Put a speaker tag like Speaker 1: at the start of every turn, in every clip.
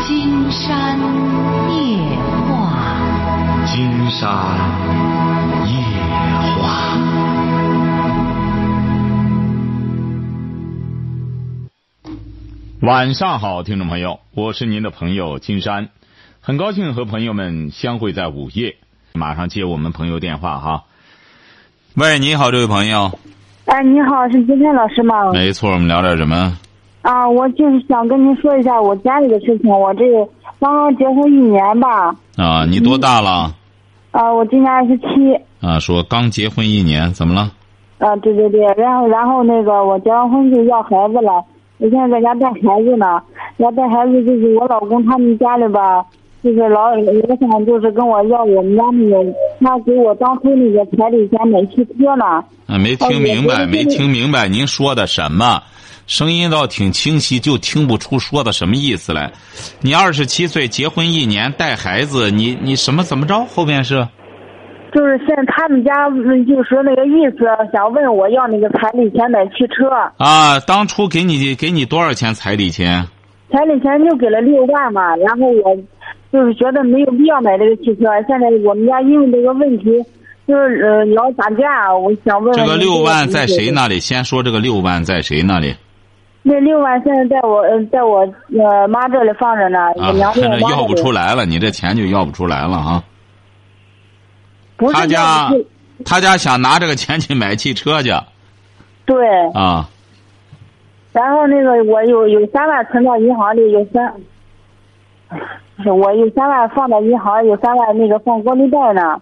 Speaker 1: 金山夜话，
Speaker 2: 金山夜话。晚上好，听众朋友，我是您的朋友金山，很高兴和朋友们相会在午夜。马上接我们朋友电话哈。喂，你好，这位朋友。
Speaker 3: 哎，你好，是金山老师吗？
Speaker 2: 没错，我们聊点什么？
Speaker 3: 啊，我就是想跟您说一下我家里的事情。我这刚刚结婚一年吧，
Speaker 2: 啊，你多大了？
Speaker 3: 啊，我今年二十七，
Speaker 2: 啊，说刚结婚一年，怎么了？
Speaker 3: 啊，对对对，然后然后那个我结完婚就要孩子了，我现在在家带孩子呢，要带孩子就是我老公他们家里吧，就是老老想就是跟我要我们家那个，他给我当初那个彩礼钱买汽车呢，
Speaker 2: 啊，没听明
Speaker 3: 哦
Speaker 2: 白，
Speaker 3: 我
Speaker 2: 没听明白您说的什么，声音倒挺清晰，就听不出说的什么意思来。你二十七岁，结婚一年，带孩子，你你什么怎么着？后边是
Speaker 3: 就是现在他们家嗯就说那个意思，想问我要那个彩礼钱买汽车，
Speaker 2: 啊，当初给你给你多少钱彩礼钱？
Speaker 3: 彩礼钱就给了六万嘛，然后我就是觉得没有必要买这个汽车。现在我们家因为这个问题，就是呃老打架，我想问问
Speaker 2: 这个
Speaker 3: 您
Speaker 2: 六万
Speaker 3: 怎么
Speaker 2: 在
Speaker 3: 解
Speaker 2: 谁
Speaker 3: 决？
Speaker 2: 那里？先说这个六万在谁那里
Speaker 3: 那六万现在在我呃在我呃妈这里放着呢，
Speaker 2: 啊？
Speaker 3: 我娘给我
Speaker 2: 这
Speaker 3: 妈
Speaker 2: 要不
Speaker 3: 这里
Speaker 2: 出来了，你这钱就要不出来了啊！
Speaker 3: 不是
Speaker 2: 他家
Speaker 3: 要不出
Speaker 2: 他家想拿这个钱去买汽车去
Speaker 3: 对，
Speaker 2: 啊。
Speaker 3: 然后那个我有有三万存到银行里，有三，不是我有三万放到银行，有三万那个放高利贷呢。
Speaker 2: 啊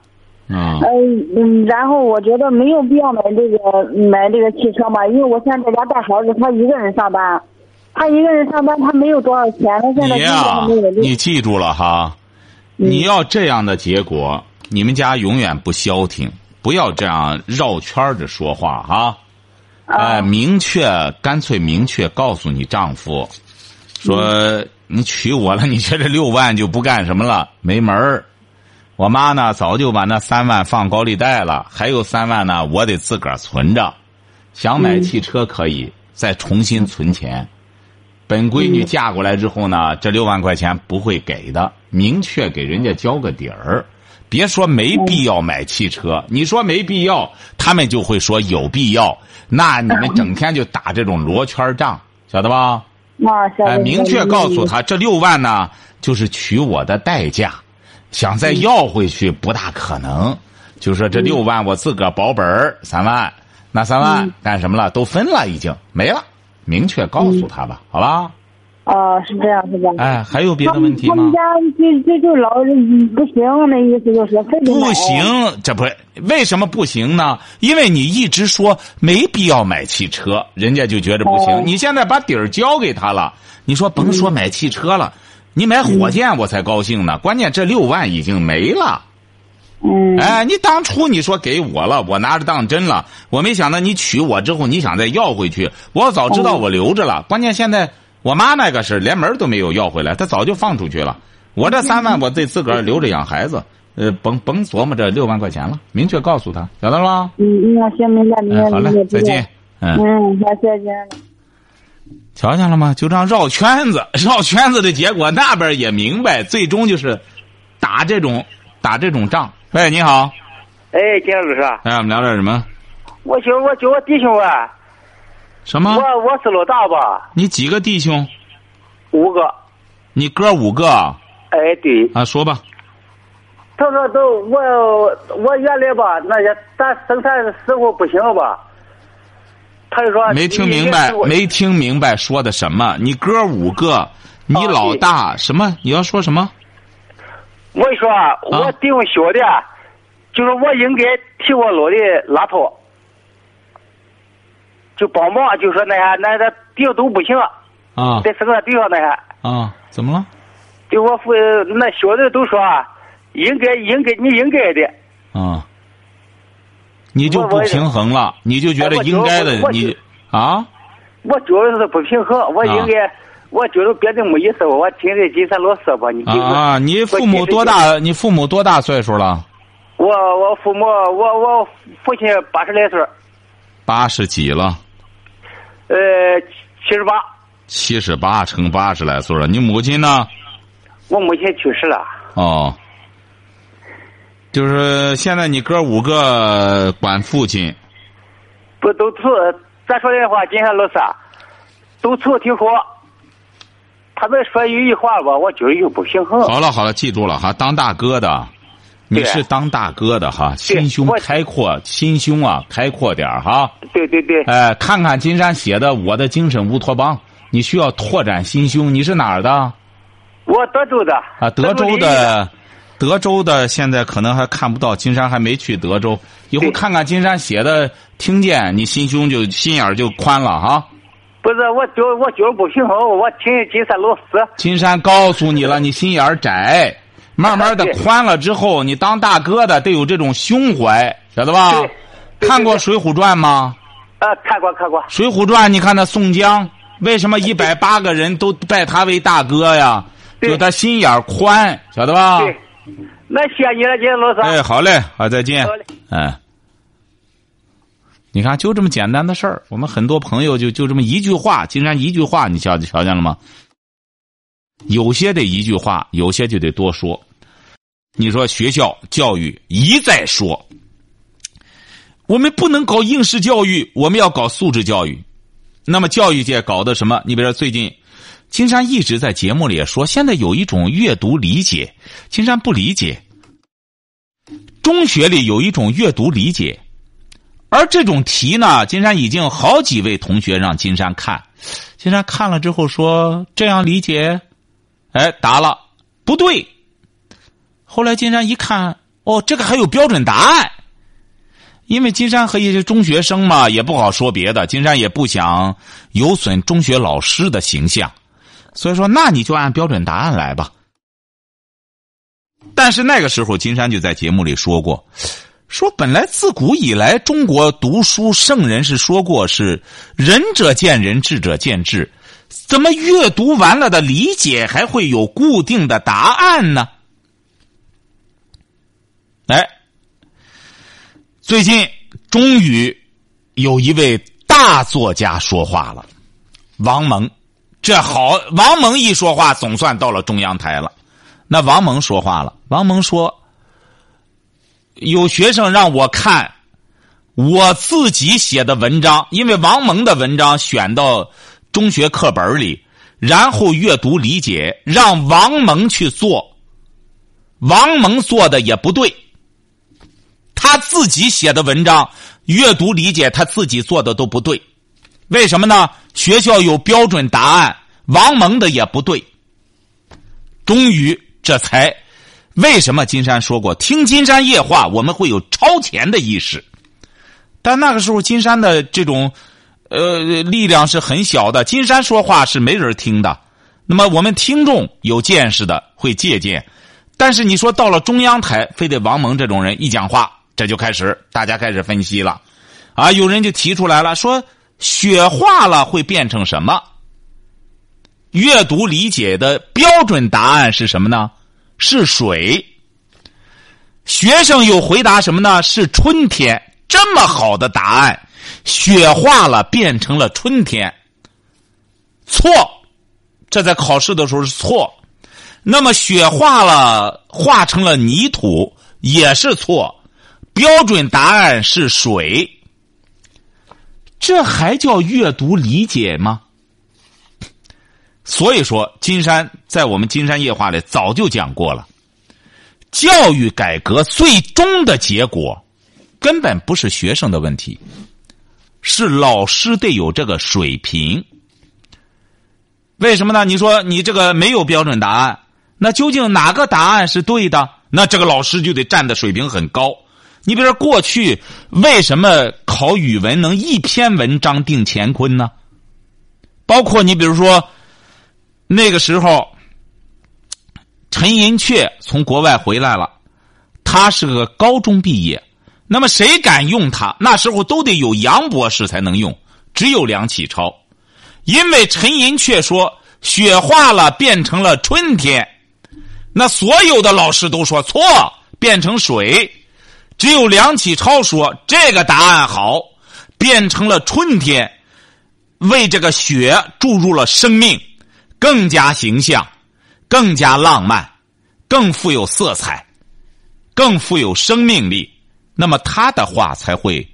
Speaker 3: 呃嗯，然后我觉得没有必要买这个买这个汽车嘛，因为我现在在家带孩子，他一个人上班，他一个人上班，他没有多少钱，他现在
Speaker 2: 你
Speaker 3: 基本
Speaker 2: 呀、
Speaker 3: 上没有嗯这
Speaker 2: 啊你记住了哈，你要这样的结果，你们家永远不消停，不要这样绕圈着说话哈。
Speaker 3: 啊
Speaker 2: 哎，明确，干脆明确告诉你丈夫，说你娶我了，你这这六万就不干什么了，没门儿。我妈呢，早就把那三万放高利贷了，还有三万呢，我得自个儿存着。想
Speaker 3: 嗯
Speaker 2: 买汽车可以，再重新存钱。本闺女嫁过来之后呢，这六万块钱不会给的，明确给人家交个底儿。别说没必要买汽车，你说没必要，他们就会说有必要。那你们整天就打这种罗圈仗，晓得吧？
Speaker 3: 啊，小
Speaker 2: 哎，
Speaker 3: 薇
Speaker 2: 明确告诉，他，这六万呢，就是取我的代价，想再要回去不大可能。就说这六万我自个儿保本儿三万，那三万干什么了？都分了，已经没了。明确告诉他吧，好吧？
Speaker 3: 啊，是这样是吧？
Speaker 2: 哎，还有别
Speaker 3: 他
Speaker 2: 的问
Speaker 3: 们
Speaker 2: 题
Speaker 3: 他
Speaker 2: 吗
Speaker 3: 们？家就就就老嗯不行，那意思就是非得买
Speaker 2: 不行，这不为什么不行呢？因为你一直说没必要买汽车，人家就觉着不
Speaker 3: 哦
Speaker 2: 行。你现在把底儿交给他了，你说甭说买汽车了，你买火箭我才高兴呢。关键这六万已经没了。
Speaker 3: 嗯，
Speaker 2: 哎，你当初你说给我了，我拿着当真了，我没想到你娶我之后你想再要回去，我早知
Speaker 3: 哦
Speaker 2: 道我留着了。关键现在我妈那个是连门儿都没有要回来，她早就放出去了。我这三万我得自个儿留着养孩子，呃，甭甭琢磨这六万块钱了，明确告诉她，晓得了吗？
Speaker 3: 嗯嗯，行，明白明白
Speaker 2: 嗯，好
Speaker 3: 明
Speaker 2: 嘞
Speaker 3: 白，，
Speaker 2: 再见。。嗯，
Speaker 3: 嗯，好，再见。
Speaker 2: 瞧见了吗？就这样绕圈子，绕圈子的结果那边也明白，最终就是打这种打这种仗。喂，你好，
Speaker 4: 哎，金老师啊，
Speaker 2: 哎，我们聊点什么？
Speaker 4: 我叫我叫我弟兄啊，
Speaker 2: 什么？
Speaker 4: 我我是老大吧，
Speaker 2: 你几个弟兄？
Speaker 4: 五个。
Speaker 2: 你哥五个啊，
Speaker 4: 哎，对，
Speaker 2: 啊说吧。
Speaker 4: 他说都我我原来吧，那也咱生产时候不行吧，他就说
Speaker 2: 没听明白，没听明白说的什么？你哥五个，你
Speaker 4: 啊
Speaker 2: 老大什么？你要说什么？
Speaker 4: 我跟你说啊，我弟兄小的啊，就是我应该替我老的拉套，就帮忙，就说那啥，那那弟兄都不行，
Speaker 2: 啊
Speaker 4: 在生产队上那啥。
Speaker 2: 啊，怎么了？
Speaker 4: 对我父那小的都说啊，应该应该你应该的，
Speaker 2: 啊，你就
Speaker 4: 我
Speaker 2: 不
Speaker 4: 我也
Speaker 2: 平衡了，你就觉
Speaker 4: 哎
Speaker 2: 得
Speaker 4: 我
Speaker 2: 应
Speaker 4: 觉得
Speaker 2: 该
Speaker 4: 我
Speaker 2: 的，
Speaker 4: 我
Speaker 2: 你
Speaker 4: 觉
Speaker 2: 啊，
Speaker 4: 我觉得是不平衡，我应该，我觉得别的没意思，我听着金山老师吧，你
Speaker 2: 啊
Speaker 4: 听着
Speaker 2: 啊！你父母多？大？你父母多大岁数了？
Speaker 4: 我我父母，我我父亲八十来岁，
Speaker 2: 八十几了，
Speaker 4: 呃，七十八，
Speaker 2: 七十八乘八十来岁了。你母亲呢？
Speaker 4: 我母亲去世了。
Speaker 2: 哦，就是现在你哥五个管父亲，
Speaker 4: 不都凑，咱说的话，今天老三，都凑挺好。他们说一句话吧，我觉得又不平衡。
Speaker 2: 好了好了，记住了哈，当大哥的，你
Speaker 4: 对
Speaker 2: 是当大哥的哈，心
Speaker 4: 对
Speaker 2: 胸
Speaker 4: 我
Speaker 2: 开阔，心胸啊开阔点儿哈。
Speaker 4: 对对对，
Speaker 2: 哎、看看金山写的《我的精神乌托邦》，你需要拓展心胸。你是哪儿的
Speaker 4: 我德州的
Speaker 2: 啊？德州
Speaker 4: 临沂
Speaker 2: 的，德州的，现在可能还看不到，金山还没去德州。以后
Speaker 4: 对
Speaker 2: 看看金山写的，听见你心胸就心眼儿就宽了哈、
Speaker 4: 不是我觉我觉得不平衡，我听金山老师，
Speaker 2: 金山告诉你了，你心眼儿窄，慢慢的
Speaker 4: 对
Speaker 2: 宽了之后，你当大哥的得有这种胸怀，晓得吧
Speaker 4: 对对？对
Speaker 2: 看过《
Speaker 4: 对
Speaker 2: 水浒传》吗？
Speaker 4: 呃，看过看过，
Speaker 2: 《水浒传》，你看那宋江，为什么一百八个人都拜他为大哥呀？
Speaker 4: 对
Speaker 2: 就他心眼儿宽，晓得吧？
Speaker 4: 对，那谢谢你了，金山老师。
Speaker 2: 啊哎，好嘞，好，再见
Speaker 4: 好嘞。
Speaker 2: 嗯，你看，就这么简单的事儿，我们很多朋友就就这么一句话，竟然一句话，你瞧瞧见了吗？有些得一句话，有些就得多说。你说学校教育一再说，我们不能搞应试教育，我们要搞素质教育。那么教育界搞的什么？你比如说最近，金山一直在节目里也说，现在有一种阅读理解，金山不理解。中学里有一种阅读理解，而这种题呢，金山已经好几位同学让金山看，金山看了之后说这样理解，哎，答了不对。后来金山一看，哦，这个还有标准答案，因为金山和一些中学生嘛，也不好说别的，金山也不想有损中学老师的形象，所以说那你就按标准答案来吧。但是那个时候，金山就在节目里说过，说本来自古以来，中国读书圣人是说过是仁者见仁，智者见智。怎么阅读完了的理解还会有固定的答案呢？哎，最近终于有一位大作家说话了，王蒙。这好，王蒙一说话，总算到了中央台了。那王蒙说话了，王蒙说：“有学生让我看我自己写的文章，因为王蒙的文章选到中学课本里，然后阅读理解，让王蒙去做，王蒙做的也不对，他自己写的文章阅读理解他自己做的都不对，为什么呢？学校有标准答案，王蒙的也不对。”终于这才，为什么金山说过听金山夜话，我们会有超前的意识？但那个时候金山的这种呃力量是很小的，金山说话是没人听的。那么我们听众有见识的会借鉴，但是你说到了中央台，非得王蒙这种人一讲话，这就开始大家开始分析了，啊，有人就提出来了，说雪化了会变成什么？阅读理解的标准答案是什么呢？是水。学生又回答什么呢？是春天。这么好的答案，雪化了变成了春天。错，这在考试的时候是错。那么雪化了化成了泥土也是错，标准答案是水。这还叫阅读理解吗？所以说，金山在我们《金山夜话》里早就讲过了，教育改革最终的结果，根本不是学生的问题，是老师得有这个水平。为什么呢？你说你这个没有标准答案，那究竟哪个答案是对的？那这个老师就得站的水平很高。你比如说，过去为什么考语文能一篇文章定乾坤呢？包括你比如说，那个时候，陈寅恪从国外回来了，他是个高中毕业，那么谁敢用他？那时候都得有杨博士才能用，只有梁启超，因为陈寅恪说雪化了变成了春天，那所有的老师都说错，变成水，只有梁启超说这个答案好，变成了春天，为这个雪注入了生命。更加形象，更加浪漫，更富有色彩，更富有生命力，那么他的话才会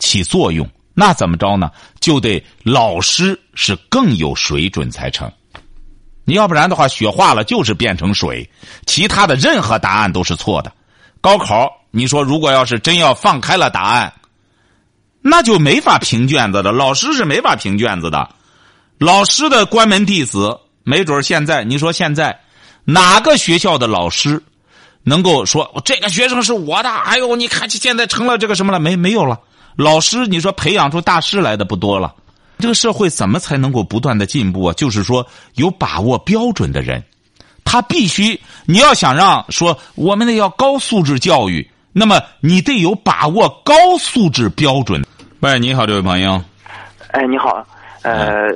Speaker 2: 起作用。那怎么着呢？就得老师是更有水准才成。你要不然的话，雪化了就是变成水，其他的任何答案都是错的。高考，你说如果要是真要放开了答案，那就没法评卷子的，老师是没法评卷子的。老师的关门弟子，没准现在你说现在哪个学校的老师能够说这个学生是我的？哎呦，你看现在成了这个什么了？没没有了。老师，你说培养出大师来的不多了。这个社会怎么才能够不断的进步啊？就是说，有把握标准的人，他必须你要想让说我们得要高素质教育，那么你得有把握高素质标准。喂，你好，这位朋友。
Speaker 5: 哎，你好，呃，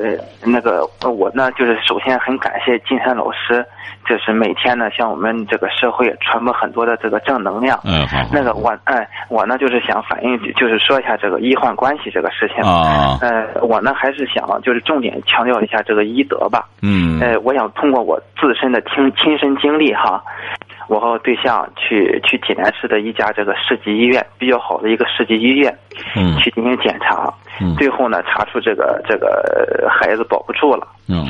Speaker 5: 那个呃我呢，就是首先很感谢金山老师，就是每天呢向我们这个社会传播很多的这个正能量。
Speaker 2: 哎，好好
Speaker 5: 那个我哎，我呢就是想反映，就是说一下这个医患关系这个事情。
Speaker 2: 啊，
Speaker 5: 呃，我呢还是想就是重点强调一下这个医德吧。
Speaker 2: 嗯，
Speaker 5: 呃，我想通过我自身的亲亲身经历哈，我和我对象去去济南市的一家这个市级医院，比较好的一个市级医院
Speaker 2: 嗯
Speaker 5: 去进行检查，
Speaker 2: 嗯
Speaker 5: 最后呢查出这个这个呃孩子保不住了。
Speaker 2: 嗯，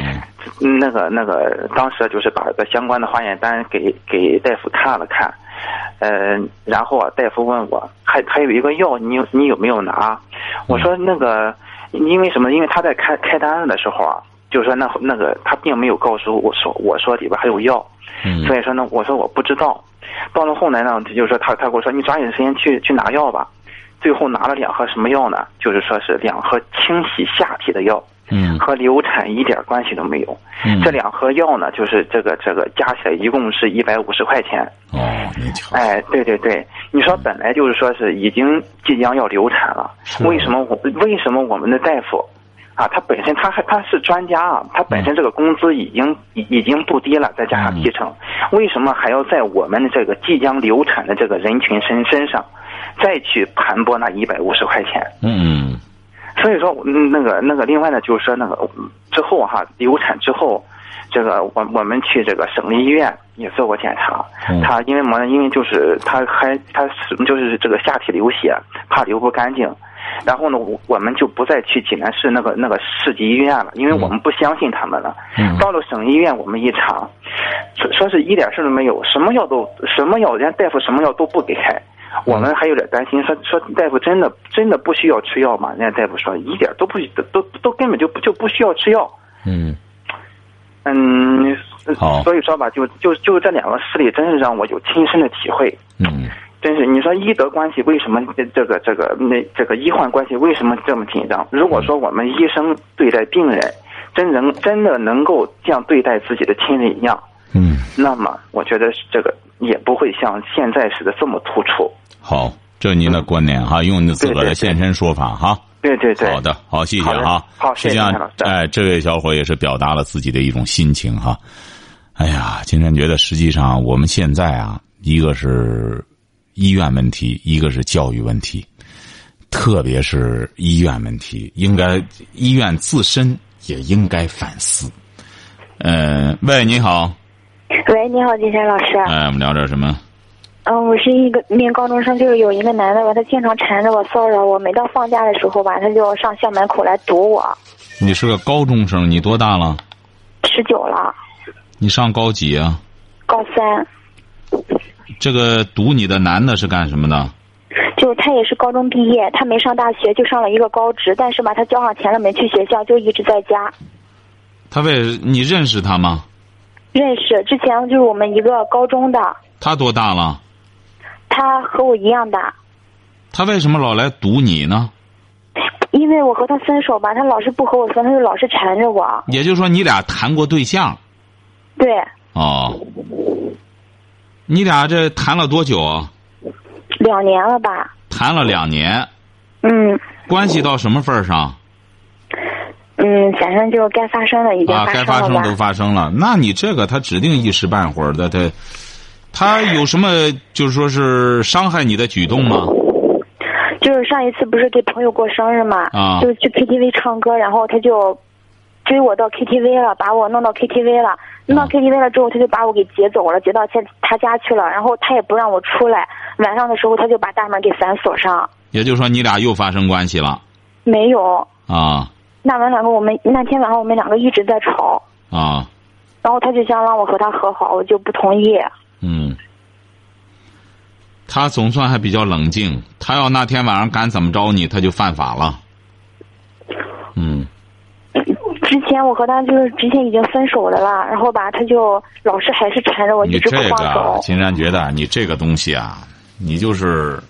Speaker 5: 那个那个，当时就是把这个相关的化验单给给大夫看了看，呃，然后啊，大夫问我还还有一个药，你有你有没有拿？我说那个，因为什么？因为他在开开单子的时候啊，就是说那那个他并没有告诉我说我说里边还有药，
Speaker 2: 嗯
Speaker 5: 所以说呢，我说我不知道。到了后来呢，就是说他他跟我说你抓紧时间去去拿药吧。最后拿了两盒什么药呢？就是说是两盒清洗下体的药，
Speaker 2: 嗯
Speaker 5: 和流产一点关系都没有。
Speaker 2: 嗯，
Speaker 5: 这两盒药呢，就是这个这个加起来一共是一百五十块钱。
Speaker 2: 哦，你瞧，
Speaker 5: 哎，对对对，你说本来就是说是已经即将要流产了，
Speaker 2: 是啊
Speaker 5: 为什么我为什么我们的大夫？啊，他本身他还他是专家啊，他本
Speaker 2: 嗯
Speaker 5: 身这个工资已经已已经不低了，再加上提成，为什么还要在我们的这个即将流产的这个人群身身上，再去盘剥那一百五十块钱？
Speaker 2: 嗯嗯
Speaker 5: 所以说，嗯那个那个，另外呢，就是说那个嗯之后哈，流产之后，这个我我们去这个省立医院也做过检查
Speaker 2: 嗯，
Speaker 5: 他因为嘛，因为就是他还他是就是这个下体流血，怕流不干净。然后呢，我我们就不再去济南市那个那个市级医院了，因为我们不相信他们了。
Speaker 2: 嗯
Speaker 5: 到了省医院，我们一查，说说是一点事儿都没有，什么药都什么药，人家大夫什么药都不给开。我们还有点担心，说说大夫真的真的不需要吃药吗？人家大夫说一点都不都都都根本就不就不需要吃药。
Speaker 2: 嗯，
Speaker 5: 嗯
Speaker 2: 好，
Speaker 5: 所以说吧，就就就这两个事例，真是让我有亲身的体会。
Speaker 2: 嗯，
Speaker 5: 真是，你说医德关系为什么这这个这个那这个医患关系为什么这么紧张？如果说我们医生对待病人，真能真的能够像对待自己的亲人一样，
Speaker 2: 嗯，
Speaker 5: 那么我觉得这个也不会像现在似的这么突出。
Speaker 2: 好，这是您的观点哈，用您自个儿
Speaker 5: 对
Speaker 2: 的
Speaker 5: 对对
Speaker 2: 现身说法哈。
Speaker 5: 对对对，
Speaker 2: 好的，好，谢谢啊
Speaker 5: 好的
Speaker 2: 哈。
Speaker 5: 好
Speaker 2: 实
Speaker 5: 谢谢
Speaker 2: 际上
Speaker 5: 陈老师，
Speaker 2: 哎，这位小伙也是表达了自己的一种心情哈。哎呀，金山觉得实际上我们现在啊，一个是医院问题，一个是教育问题，特别是医院问题，应该医院自身也应该反思。呃，喂，你好，
Speaker 6: 喂，你好，金山老师。
Speaker 2: 哎，我们聊点什么？
Speaker 6: 嗯，我是一个名高中生，就是有一个男的吧，他经常缠着我骚扰我，每到放假的时候吧，他就上校门口来堵我。
Speaker 2: 你是个高中生，你多大了？
Speaker 6: 十九了，
Speaker 2: 你上高几啊？
Speaker 6: 高三，
Speaker 2: 这个堵你的男的是干什么的？
Speaker 6: 就他也是高中毕业，他没上大学，就上了一个高职，但是吧，他交上钱了没去学校，就一直在家。
Speaker 2: 他为你认识他吗？
Speaker 6: 认识之前就是我们一个高中的，
Speaker 2: 他多大了？
Speaker 6: 他和我一样大，
Speaker 2: 他为什么老来堵你呢？
Speaker 6: 因为我和他分手吧，他老是不和我分，他就老是缠着我。
Speaker 2: 也就是说，你俩谈过对象
Speaker 6: 对，
Speaker 2: 哦？你俩这谈了多久啊？
Speaker 6: 两年了吧？
Speaker 2: 谈了两年，
Speaker 6: 嗯
Speaker 2: 关系到什么份儿上
Speaker 6: 嗯，反正就该发生的已经
Speaker 2: 啊？
Speaker 6: 发
Speaker 2: 该
Speaker 6: 生
Speaker 2: 发
Speaker 6: 了
Speaker 2: 生
Speaker 6: 吧。
Speaker 2: 都发生了，那你这个他指定一时半会儿的，他他有什么就是说是伤害你的举动吗？
Speaker 6: 就是上一次不是给朋友过生日嘛，
Speaker 2: 啊
Speaker 6: 就去 KTV 唱歌，然后他就追我到 KTV 了，把我弄到 KTV
Speaker 2: 啊
Speaker 6: 了，弄到 KTV 了之后，他就把我给劫走了，劫到他他家去了，然后他也不让我出来，晚上的时候他就把大门给反锁上，
Speaker 2: 也就是说你俩又发生关系了
Speaker 6: 没有。
Speaker 2: 啊
Speaker 6: 那晚两个我们那天晚上我们两个一直在吵，
Speaker 2: 啊
Speaker 6: 然后他就想让我和他和好，我就不同意。
Speaker 2: 嗯。他总算还比较冷静，他要那天晚上敢怎么着你，他就犯法了。嗯，
Speaker 6: 之前我和他就是之前已经分手的了，然后吧，他就老是还是缠着我，
Speaker 2: 你
Speaker 6: 一直
Speaker 2: 这个
Speaker 6: 不放
Speaker 2: 啊
Speaker 6: 手。
Speaker 2: 金山觉得你这个东西啊，你就是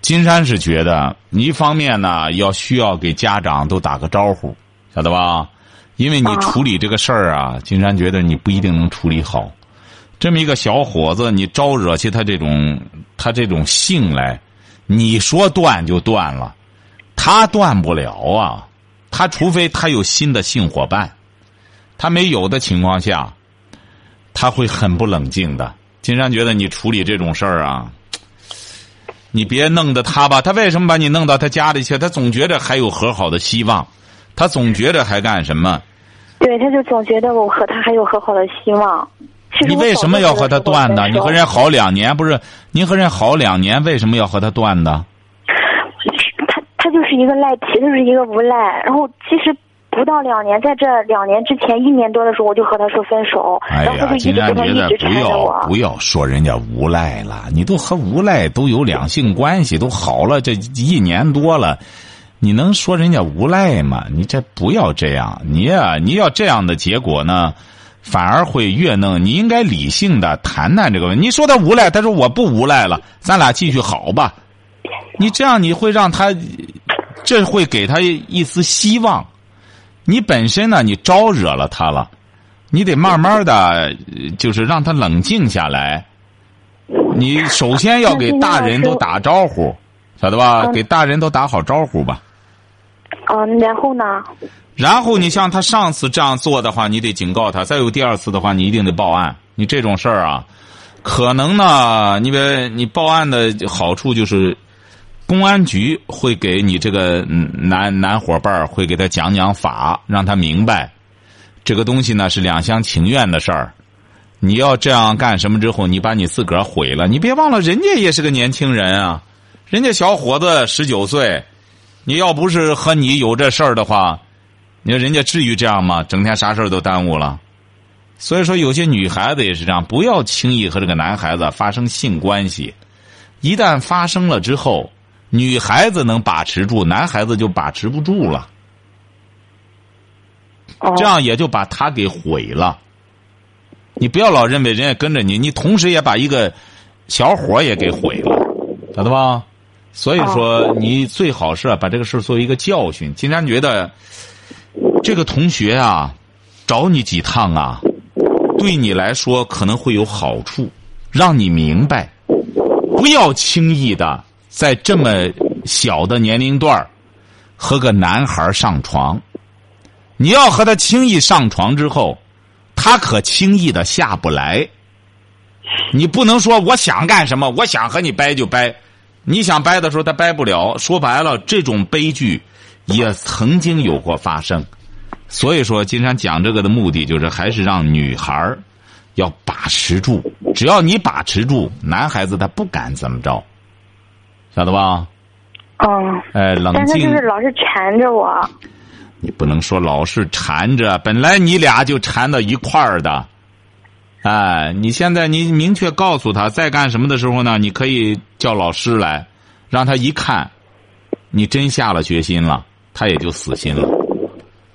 Speaker 2: 金山是觉得你一方面呢要需要给家长都打个招呼，晓得吧？因为你
Speaker 6: 啊
Speaker 2: 处理这个事儿啊，金山觉得你不一定能处理好。这么一个小伙子，你招惹起他这种他这种性来，你说断就断了，他断不了啊。他除非他有新的性伙伴，他没有的情况下，他会很不冷静的。金山觉得你处理这种事儿啊，你别弄得他吧，他为什么把你弄到他家里去？他总觉着还有和好的希望，他总觉着还干什么？
Speaker 6: 对，他就总觉得我和他还有和好的希望。其实
Speaker 2: 你
Speaker 6: 我
Speaker 2: 为
Speaker 6: 早
Speaker 2: 什么
Speaker 6: 就
Speaker 2: 要
Speaker 6: 觉
Speaker 2: 和
Speaker 6: 得
Speaker 2: 他
Speaker 6: 是我
Speaker 2: 断呢？
Speaker 6: 分
Speaker 2: 你和
Speaker 6: 手
Speaker 2: 人家好两年，不是？您和人家好两年，为什么要和他断呢？
Speaker 6: 他他就是一个赖皮，他就是一个无赖。然后其实不到两年，在这两年之前一年多的时候，我就和他说分手，
Speaker 2: 哎
Speaker 6: 然后他
Speaker 2: 呀，
Speaker 6: 就一
Speaker 2: 金
Speaker 6: 直
Speaker 2: 山
Speaker 6: 跟他
Speaker 2: 觉
Speaker 6: 一
Speaker 2: 得
Speaker 6: 直
Speaker 2: 不
Speaker 6: 缠着
Speaker 2: 要
Speaker 6: 我
Speaker 2: 不。要说人家无赖了，你都和无赖都有两性关系，都好了这一年多了，你能说人家无赖吗？你这不要这样，你呀、你要这样的结果呢，反而会越弄。你应该理性的谈谈这个问题。你说他无赖，他说我不无赖了，咱俩继续好吧。你这样你会让他，这会给他一一丝希望。你本身呢，你招惹了他了。你得慢慢的，就是让他冷静下来。你首先要给大人都打招呼，晓得吧？
Speaker 6: 嗯
Speaker 2: 给大人都打好招呼吧。
Speaker 6: 嗯，然后呢？
Speaker 2: 然后你像他上次这样做的话，你得警告他；再有第二次的话，你一定得报案。你这种事儿啊，可能呢，因为你报案的好处就是，公安局会给你这个嗯男男伙伴儿会给他讲讲法，让他明白这个东西呢是两厢情愿的事儿。你要这样干什么之后，你把你自个儿毁了。你别忘了，人家也是个年轻人啊，人家小伙子十九岁，你要不是和你有这事儿的话，你说人家至于这样吗？整天啥事儿都耽误了。所以说，有些女孩子也是这样，不要轻易和这个男孩子发生性关系。一旦发生了之后，女孩子能把持住，男孩子就把持不住了，
Speaker 6: 哦
Speaker 2: 这样也就把他给毁了。你不要老认为人家跟着你，你同时也把一个小伙儿也给毁了，晓得吧？所以说，你最好是啊把这个事儿作为一个教训。金山觉得，这个同学啊，找你几趟啊，对你来说可能会有好处，让你明白，不要轻易的在这么小的年龄段儿和个男孩儿上床。你要和他轻易上床之后，他可轻易的下不来。你不能说我想干什么，我想和你掰就掰。你想掰的时候，他掰不了。说白了，这种悲剧也曾经有过发生。所以说，金山讲这个的目的就是，还是让女孩儿要把持住。只要你把持住，男孩子他不敢怎么着，晓得吧？
Speaker 6: 嗯，
Speaker 2: 哎，冷
Speaker 6: 但是他
Speaker 2: 静
Speaker 6: 就是。老是缠着我。
Speaker 2: 你不能说老是缠着，本来你俩就缠到一块儿的，哎，你现在你明确告诉他，在干什么的时候呢，你可以叫老师来，让他一看，你真下了决心了，他也就死心了。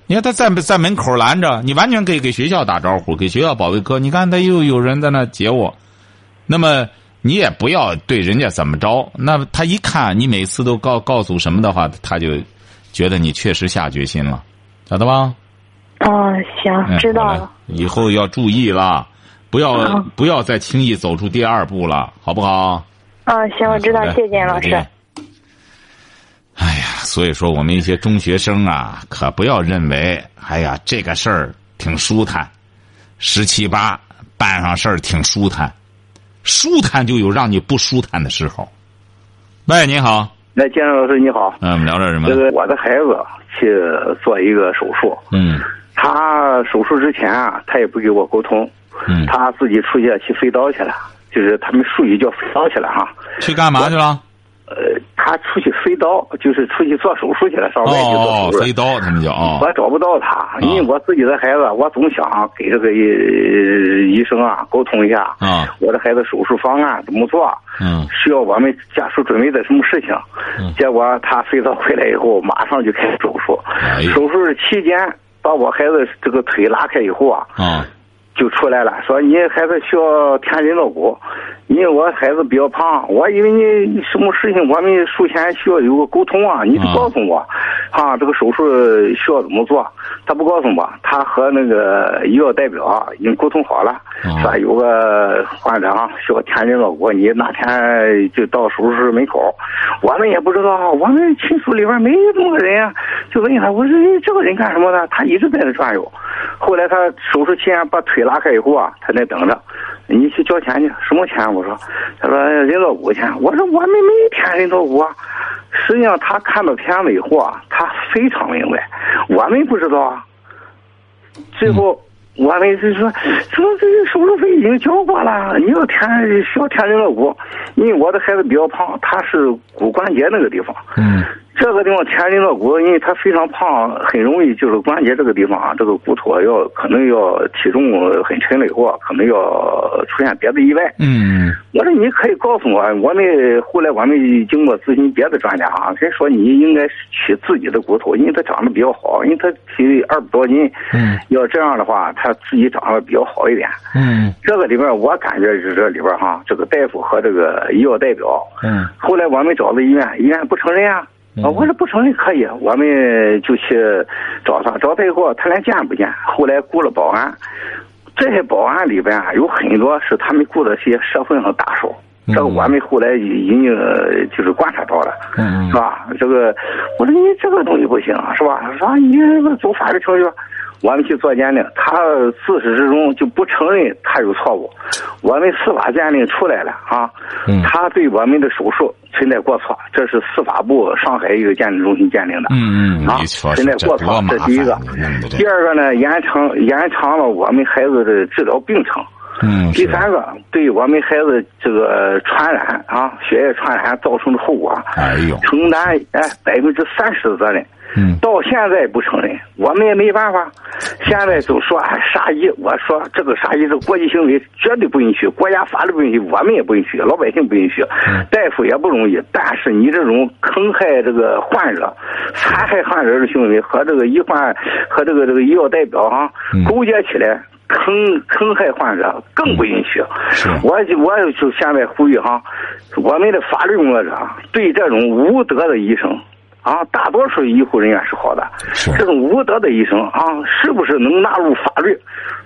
Speaker 2: 你看他在在门口拦着你，完全可以给学校打招呼，给学校保卫科。你看他又有人在那截我，那么你也不要对人家怎么着。那他一看你每次都告告诉什么的话，他就觉得你确实下决心了，晓得吧？
Speaker 6: 嗯，行，
Speaker 2: 嗯，
Speaker 6: 知道
Speaker 2: 好
Speaker 6: 了。。
Speaker 2: 以后要注意了，不要、
Speaker 6: 嗯
Speaker 2: 不要再轻易走出第二步了，好不好？
Speaker 6: 嗯，行，我知道
Speaker 2: 好，的
Speaker 6: 谢谢老师。。
Speaker 2: 哎呀，所以说我们一些中学生啊，可不要认为，哎呀，这个事儿挺舒坦，十七八办上事儿挺舒坦，舒坦就有让你不舒坦的时候。喂，你好，
Speaker 4: 来，金山老师你好，
Speaker 2: 嗯，我们聊点什么
Speaker 4: 这个
Speaker 2: 呢？
Speaker 4: 我的孩子
Speaker 7: 去做一个手术。
Speaker 2: 嗯
Speaker 7: 他手术之前啊，他也不给我沟通，
Speaker 2: 嗯，
Speaker 7: 他自己出去去飞刀去了，就是他们术语叫飞刀去了哈。
Speaker 2: 去干嘛去了？
Speaker 7: 呃，他出去飞刀，就是出去做手术去了，上外地做
Speaker 2: 哦
Speaker 7: 手，术
Speaker 2: 飞
Speaker 7: 了。
Speaker 2: 刀他们叫哦
Speaker 7: 我，找不到他，因为我自己的孩子，我总想给这个医医生啊沟通一下，
Speaker 2: 啊
Speaker 7: 我的孩子手术方案怎么做，
Speaker 2: 嗯
Speaker 7: 需要我们家属准备的什么事情
Speaker 2: 嗯。
Speaker 7: 结果他飞刀回来以后，马上就开始手术。
Speaker 2: 哎
Speaker 7: 手术期间，把我孩子这个腿拉开以后啊，
Speaker 2: 啊
Speaker 7: 就出来了，说你孩子需要填人造骨，因为我孩子比较胖，我以为你什么事情我们术前需要有个沟通啊，你得
Speaker 2: 啊
Speaker 7: 告诉我，啊，这个手术需要怎么做，他不告诉我，他和那个医药代表啊已经沟通好了，
Speaker 2: 啊
Speaker 7: 说有个患者啊需要填人造骨，你那天就到手术室门口，我们也不知道，我们亲属里边没有这么个人啊，就问他，我说哎这个人干什么的？他一直在那转悠。后来他手术期间把腿拉开以后啊，他在等着，你去交钱去，什么钱？啊我说，他说人造骨钱。我说我们没填人造骨啊。实际上他看到片子以后啊，他非常明白，我们不知道啊。最后。我们就说，怎么这个手术费已经交过了？你要填需要填人造骨，因为我的孩子比较胖，他是骨关节那个地方，
Speaker 2: 嗯
Speaker 7: 这个地方填人造骨，因为他非常胖，很容易就是关节这个地方啊，这个骨头要可能要体重很沉了以后啊，可能要出现别的意外。
Speaker 2: 嗯
Speaker 7: 我说你可以告诉我，我们后来我们经过咨询别的专家啊，人说你应该取自己的骨头，因为他长得比较好，因为他体二百多斤，
Speaker 2: 嗯
Speaker 7: 要这样的话，他自己长得比较好一点。
Speaker 2: 嗯
Speaker 7: 这个里边我感觉是这里边哈，这个大夫和这个医药代表
Speaker 2: 嗯
Speaker 7: 后来我们找了医院，医院不承认啊。
Speaker 2: 嗯
Speaker 7: 啊，我说不承认可以，我们就去找他，找他以后他连见不见。后来雇了保安，这些保安里边啊，有很多是他们雇的这些社会上打手，
Speaker 2: 嗯
Speaker 7: 这个我们后来已经呃就是观察到了，
Speaker 2: 嗯
Speaker 7: 是吧？这个我说你这个东西不行，是吧？说你走法律程序吧，我们去做鉴定，他自始至终就不承认他有错误。我们司法鉴定出来了啊，
Speaker 2: 嗯
Speaker 7: 他对我们的手术存在过错，这是司法部上海一个鉴定中心鉴定的。
Speaker 2: 嗯嗯，
Speaker 7: 啊
Speaker 2: 你说
Speaker 7: 现在
Speaker 2: 说这
Speaker 7: 过
Speaker 2: 多
Speaker 7: 场
Speaker 2: 麻
Speaker 7: 这
Speaker 2: 烦，
Speaker 7: 第一个
Speaker 2: 你弄的
Speaker 7: 第
Speaker 2: 这，
Speaker 7: 二个呢，延长延长了我们孩子的治疗病程。
Speaker 2: 嗯
Speaker 7: 第
Speaker 2: 是，
Speaker 7: 三个，对我们孩子这个传染啊，血液传染造成的后果，
Speaker 2: 哎呦，
Speaker 7: 承担哎百分之三十的责任。
Speaker 2: 嗯
Speaker 7: 到现在不承认，我们也没办法。现在就说哎杀医，我说这个杀医是国际行为，绝对不允许，国家法律不允许，我们也不允许，老百姓不允许，
Speaker 2: 嗯
Speaker 7: 大夫也不容易。但是你这种坑害这个患者、残害患者的行为和这个医患和这个这个医药代表啊
Speaker 2: 嗯
Speaker 7: 勾结起来。坑坑害患者更不允许，
Speaker 2: 是
Speaker 7: 我就我就现在呼吁哈，我们的法律工作者啊对这种无德的医生啊，大多数医护人员是好的，
Speaker 2: 是
Speaker 7: 这种无德的医生啊，是不是能纳入法律，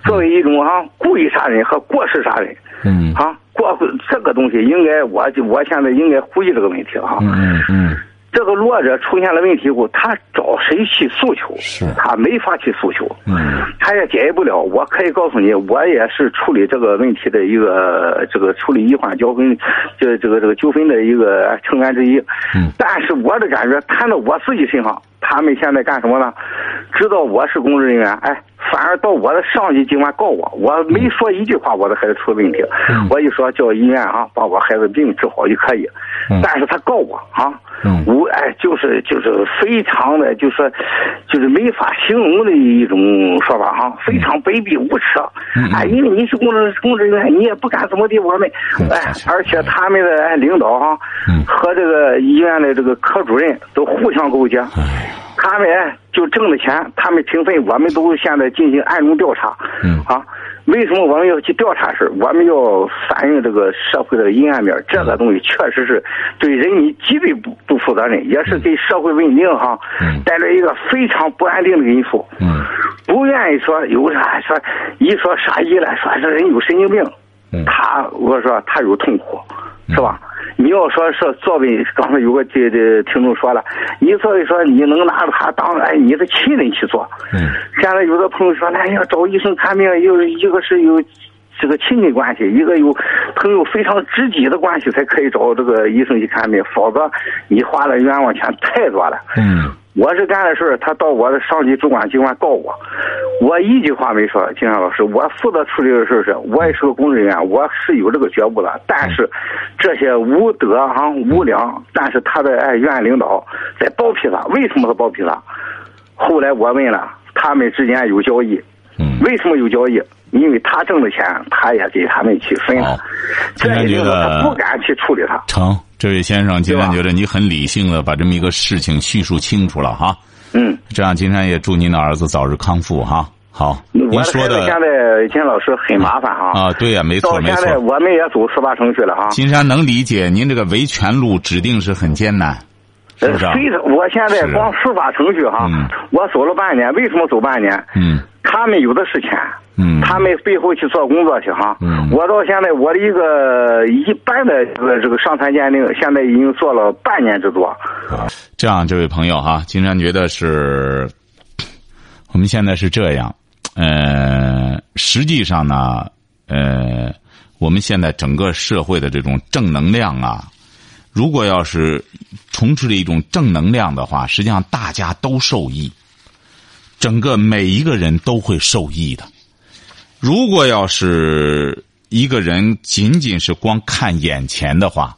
Speaker 7: 作为一种啊故意杀人和过失杀人
Speaker 2: 嗯
Speaker 7: 啊？过这个东西应该，我就我现在应该呼吁这个问题哈、
Speaker 2: 嗯嗯嗯
Speaker 7: 这个弱者出现了问题后，他找谁去诉求？
Speaker 2: 是
Speaker 7: 他没法去诉求。
Speaker 2: 嗯
Speaker 7: 他也解决不了。我可以告诉你，我也是处理这个问题的一个这个处理医患纠纷，这这个这个纠纷的一个成员之一。
Speaker 2: 嗯
Speaker 7: 但是我的感觉，摊到我自己身上，他们现在干什么呢？知道我是公职人员，哎，反而到我的上级机关告我，我没说一句话，我的孩子出问题，
Speaker 2: 嗯
Speaker 7: 我就说叫医院啊，把我孩子病治好就可以。
Speaker 2: 嗯
Speaker 7: 但是他告我啊，
Speaker 2: 嗯
Speaker 7: 无哎，就是就是非常的，就是说就是没法形容的一种说法哈、非常卑鄙无耻。
Speaker 2: 嗯嗯嗯
Speaker 7: 哎，因为你是公职公职人员，你也不敢怎么地我们
Speaker 2: 嗯。
Speaker 7: 哎
Speaker 2: 是，是
Speaker 7: 而且他们的哎领导哈、
Speaker 2: 嗯
Speaker 7: 和这个医院的这个科主任都互相勾结。他们就挣的钱，他们评分，我们都现在进行暗中调查。
Speaker 2: 嗯
Speaker 7: 啊，为什么我们要去调查事儿？我们要反映这个社会的阴暗面儿。
Speaker 2: 嗯
Speaker 7: 这个东西确实是对人民极为不不负责任，也是给社会稳定哈、
Speaker 2: 嗯
Speaker 7: 带来一个非常不安定的因素。
Speaker 2: 嗯
Speaker 7: 不愿意说有啥说一说啥医了，说这人有神经病，
Speaker 2: 嗯
Speaker 7: 他我说他有痛苦，是吧？你要说是作为刚才有个这这听众说了，你作为说你能拿着他当哎你的亲人去做，
Speaker 2: 嗯
Speaker 7: 现在有的朋友说，哎呀，找医生看病，又一个是有这个亲戚关系，一个有朋友非常知己的关系才可以找这个医生去看病，否则你花了冤枉钱太多了。
Speaker 2: 嗯
Speaker 7: 我是干的事儿，他到我的上级主管机关告我，我一句话没说。金山老师，我负责处理的事儿是，我也是个工作人员，我是有这个觉悟的。但是，这些无德啊、无良，但是他的哎院领导在包庇他，为什么他包庇他？后来我问了，他们之间有交易，
Speaker 2: 嗯，
Speaker 7: 为什么有交易？因为他挣的钱，他也给他们去分
Speaker 2: 好。
Speaker 7: 了哦这
Speaker 2: 金山
Speaker 7: 也
Speaker 2: 觉
Speaker 7: 就是
Speaker 2: 得
Speaker 7: 他不敢去处理他。
Speaker 2: 成，这位先生，今
Speaker 7: 对
Speaker 2: 天
Speaker 7: 吧
Speaker 2: 觉得你很理性的把这么一个事情叙述清楚了哈。
Speaker 7: 嗯。
Speaker 2: 这样，金山也祝您的儿子早日康复哈。好，
Speaker 7: 我
Speaker 2: 您
Speaker 7: 的
Speaker 2: 说
Speaker 7: 孩子
Speaker 2: 的
Speaker 7: 现在金老师很麻烦啊，
Speaker 2: 啊，对呀、没错
Speaker 7: 到
Speaker 2: 没
Speaker 7: 现在
Speaker 2: 错。
Speaker 7: 我们也走司法程序了啊。
Speaker 2: 金山能理解您这个维权路指定是很艰难，是不是啊？
Speaker 7: 呃虽然我现在
Speaker 2: 是
Speaker 7: 光司法程序哈
Speaker 2: 嗯，
Speaker 7: 我走了半年，为什么走半年？
Speaker 2: 嗯
Speaker 7: 他们有的是钱，
Speaker 2: 嗯，
Speaker 7: 他们背后去做工作去哈。
Speaker 2: 嗯
Speaker 7: 我到现在我的一个一般的这个这个伤残鉴定，现在已经做了半年之多。
Speaker 2: 这样，这位朋友哈，金山觉得是，我们现在是这样，呃，实际上呢，呃，我们现在整个社会的这种正能量啊，如果要是充斥着一种正能量的话，实际上大家都受益，整个每一个人都会受益的。如果要是一个人仅仅是光看眼前的话，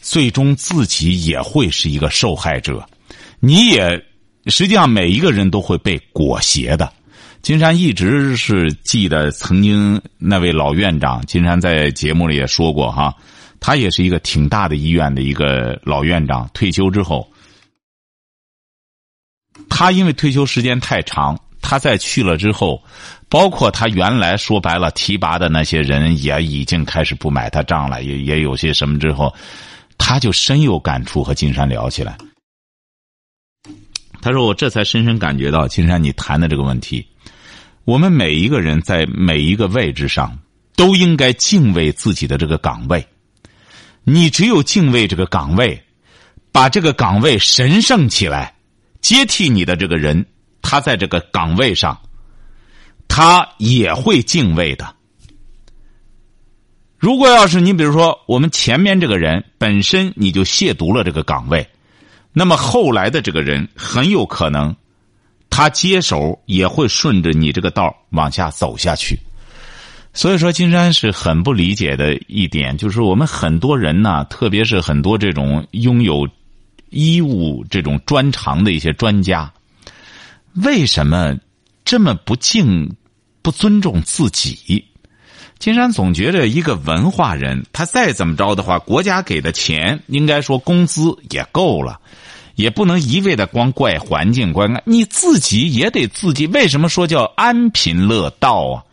Speaker 2: 最终自己也会是一个受害者。你也，实际上每一个人都会被裹挟的。金山一直是记得曾经那位老院长，金山在节目里也说过哈，他也是一个挺大的医院的一个老院长，退休之后，他因为退休时间太长，他在去了之后，包括他原来说白了提拔的那些人也已经开始不买他账了，也也有些什么之后，他就深有感触，和金山聊起来。他说：“我这才深深感觉到，金山你谈的这个问题，我们每一个人在每一个位置上，都应该敬畏自己的这个岗位。你只有敬畏这个岗位，把这个岗位神圣起来，接替你的这个人，他在这个岗位上，他也会敬畏的。”如果要是你比如说我们前面这个人本身你就亵渎了这个岗位，那么后来的这个人很有可能，他接手也会顺着你这个道儿往下走下去。所以说，金山是很不理解的一点，就是我们很多人呢，特别是很多这种拥有医务这种专长的一些专家，为什么这么不敬、不尊重自己？金山总觉着一个文化人，他再怎么着的话，国家给的钱应该说工资也够了，也不能一味的光怪环境、怪你自己也得自己。为什么说叫安贫乐道啊？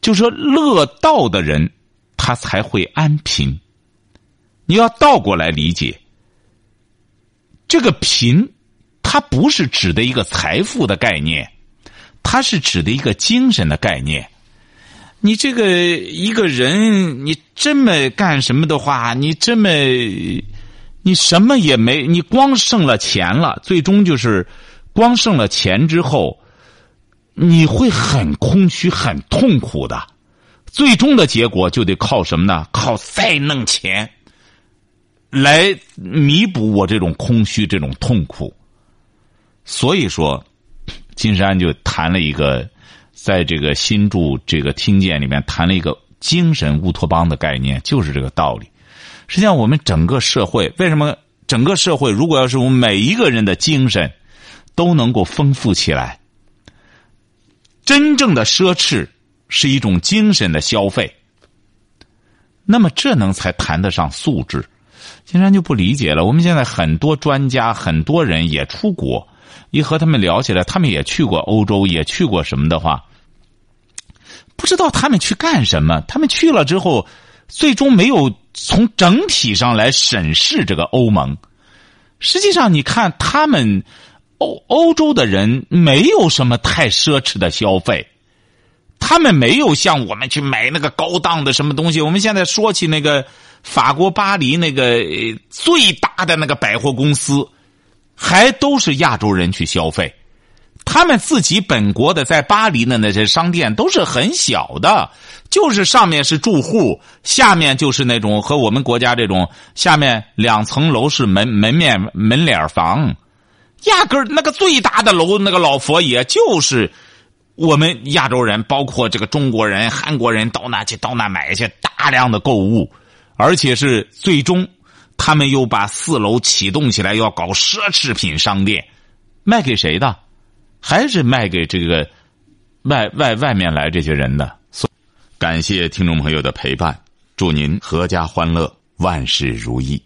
Speaker 2: 就说乐道的人，他才会安贫。你要倒过来理解，这个贫，它不是指的一个财富的概念，它是指的一个精神的概念。你这个一个人，你这么干什么的话，你这么，你什么也没，你光剩了钱了，最终就是光剩了钱之后，你会很空虚、很痛苦的。最终的结果就得靠什么呢？靠再弄钱来弥补我这种空虚、这种痛苦。所以说，金山就谈了一个在这个新著这个听见里面谈了一个精神乌托邦的概念，就是这个道理。实际上，我们整个社会为什么整个社会，如果要是我们每一个人的精神都能够丰富起来，真正的奢侈是一种精神的消费，那么这能才谈得上素质。金山就不理解了。我们现在很多专家、很多人也出国，一和他们聊起来，他们也去过欧洲，也去过什么的话，不知道他们去干什么。他们去了之后，最终没有从整体上来审视这个欧盟。实际上，你看他们欧欧洲的人没有什么太奢侈的消费。他们没有像我们去买那个高档的什么东西。我们现在说起那个法国巴黎那个呃最大的那个百货公司，还都是亚洲人去消费。他们自己本国的在巴黎的那些商店都是很小的，就是上面是住户，下面就是那种和我们国家这种下面两层楼是门门面门脸房。压根儿那个最大的楼那个老佛爷就是我们亚洲人，包括这个中国人、韩国人到那去到那买去大量的购物，而且是最终他们又把四楼启动起来，要搞奢侈品商店，卖给谁的？还是卖给这个外外外面来这些人的。所以感谢听众朋友的陪伴，祝您阖家欢乐，万事如意。